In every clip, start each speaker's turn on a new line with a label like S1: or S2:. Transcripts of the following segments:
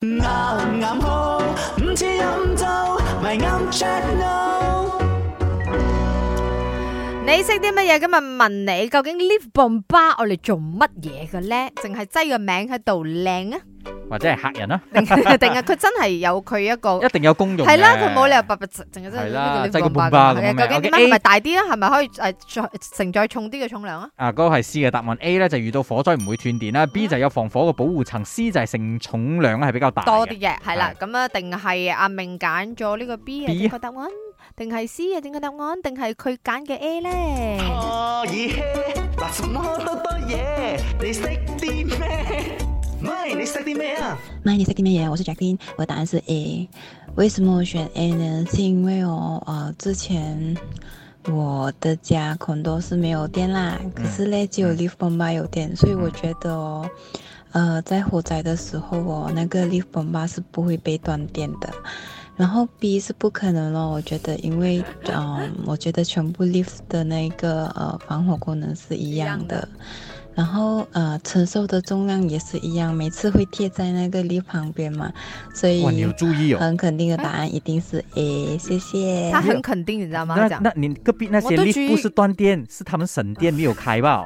S1: 啱啱好，唔似飲酒，咪啱 check no。
S2: 你識啲乜嘢？今日問你究竟 Live Bomba 我嚟做乜嘢嘅咧？淨係擠個名喺度 靚啊？
S3: 或者係嚇人啦，
S2: 定定係佢真係有佢一個
S3: 一？定有功用嘅。
S2: 係啦，佢冇理由白白淨係真係
S3: 係
S2: 呢
S3: 啦
S2: 個 Live
S3: 擠個
S2: Bomba
S3: Bomba
S2: 嘅。
S3: 咁樣
S2: 究竟點
S3: OK，
S2: 樣係咪大啲啊？係咪可以誒再承載重啲嘅重量啊？
S3: 啊，嗰個係 C 嘅答案 A 咧就遇到火災唔會斷電
S2: 嗯
S3: 啦，B 就有防火嘅保護層，C 就係承重量咧係比較大嘅
S2: 多啲嘅係啦，咁啊定係阿明揀咗呢個 B 嘅
S3: B
S2: 正確答案，定係 C 嘅正確答案，定係佢揀嘅 A 咧？
S1: 可以 hea，嗱什麼多多嘢，你識啲咩？咪你識啲咩啊？
S4: 媽，你在聽咩嘢？我是 Jacqueline，我的答案是 A。为什么我选 A 呢？是因为哦，呃，之前我的家 condo 是没有电啦，可是嘞只有 Live Bomba 有电，所以我觉得哦，呃，在火灾的时候哦，那个 Live Bomba 是不会被断电的。然后 B 是不可能咯，我觉得，因为嗯、我觉得全部 lift 的那个呃防火功能是一样
S2: 一
S4: 的
S2: 样，
S4: 然后呃承受的重量也是一样，每次会贴在那个 lift 旁边嘛，所以
S3: 哇，你要注
S2: 嗯
S3: 意哦。
S4: 很肯定的答案一定是 A，谢谢。
S2: 他很肯定，你知道嗎？
S3: 那
S2: 他講
S3: 那你隔壁那
S2: 我
S3: 些
S2: 都
S3: lift
S2: 注意
S3: 不是斷電，是他們省電沒有開吧？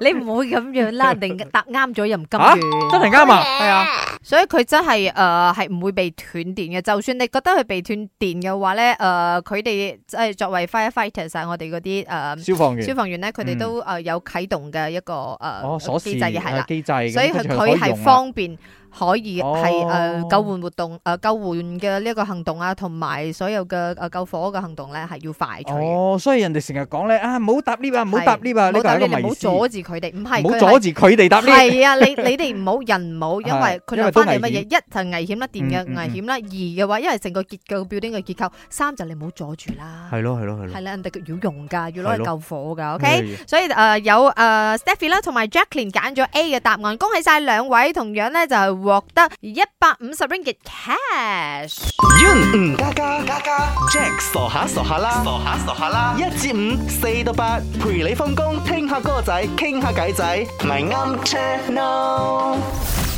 S2: 你唔會咁樣啦，定答啱咗又唔甘
S3: 啊，
S2: 願。
S3: 真係啱啊！係啊，
S2: 所以佢真係誒係唔會被斷電嘅。就算你覺得佢被斷電嘅話咧，誒佢哋即係作為 firefighters 啊，我哋嗰啲誒
S3: 消防
S2: 消
S3: 員
S2: 防員咧，佢哋
S3: 嗯
S2: 都誒有啟動嘅一個
S3: 哦鎖
S2: 誒
S3: 匙
S2: 機制嘅係啦
S3: 係。機制咁，
S2: 所以佢
S3: 跟住可
S2: 佢
S3: 以
S2: 係
S3: 用啦啊
S2: 方便可以係
S3: 哦
S2: 誒救援活動誒救援嘅呢一個行動啊，同埋所有嘅誒救火嘅行動咧係要快脆嘅。
S3: 哦，所以人哋成日講咧啊，唔好搭 lift 啊，唔好搭 lift 啊，呢
S2: 冇
S3: 個係
S2: 搭
S3: 一個
S2: lift，你唔
S3: 迷
S2: 好
S3: 思，
S2: 阻住佢哋，唔係佢
S3: 唔好
S2: 係
S3: 阻住佢哋搭 lift。
S2: 係啊，你你哋唔好人唔好，因
S3: 係
S2: 為佢
S3: 因
S2: 留
S3: 為都
S2: 翻嚟乜
S3: 危
S2: 嘢？
S3: 險
S2: 一就危險啦，電嘅
S3: 嗯嗯嗯
S2: 危險啦；二嘅話，因為成個結構 building 嘅結構；三就你唔好阻住啦。
S3: 係咯係咯係
S2: 係
S3: 咯
S2: 啦，人哋要用㗎，要攞
S3: 係
S2: 嚟
S3: 咯
S2: 救火㗎。
S3: 哎
S2: OK
S3: 呀。
S2: 所以誒、呃有誒、呃 Stephy 啦，同埋 Jacqueline 揀咗 A 嘅答案，恭喜晒兩位，同樣咧就係獲得一百五十 ringgit cash。
S1: 嗯，加加加加，Jack 傻下傻下啦，傻下傻下啦，一至五，四到八，陪你放工，聽下歌仔，傾下偈仔，咪啱 check no。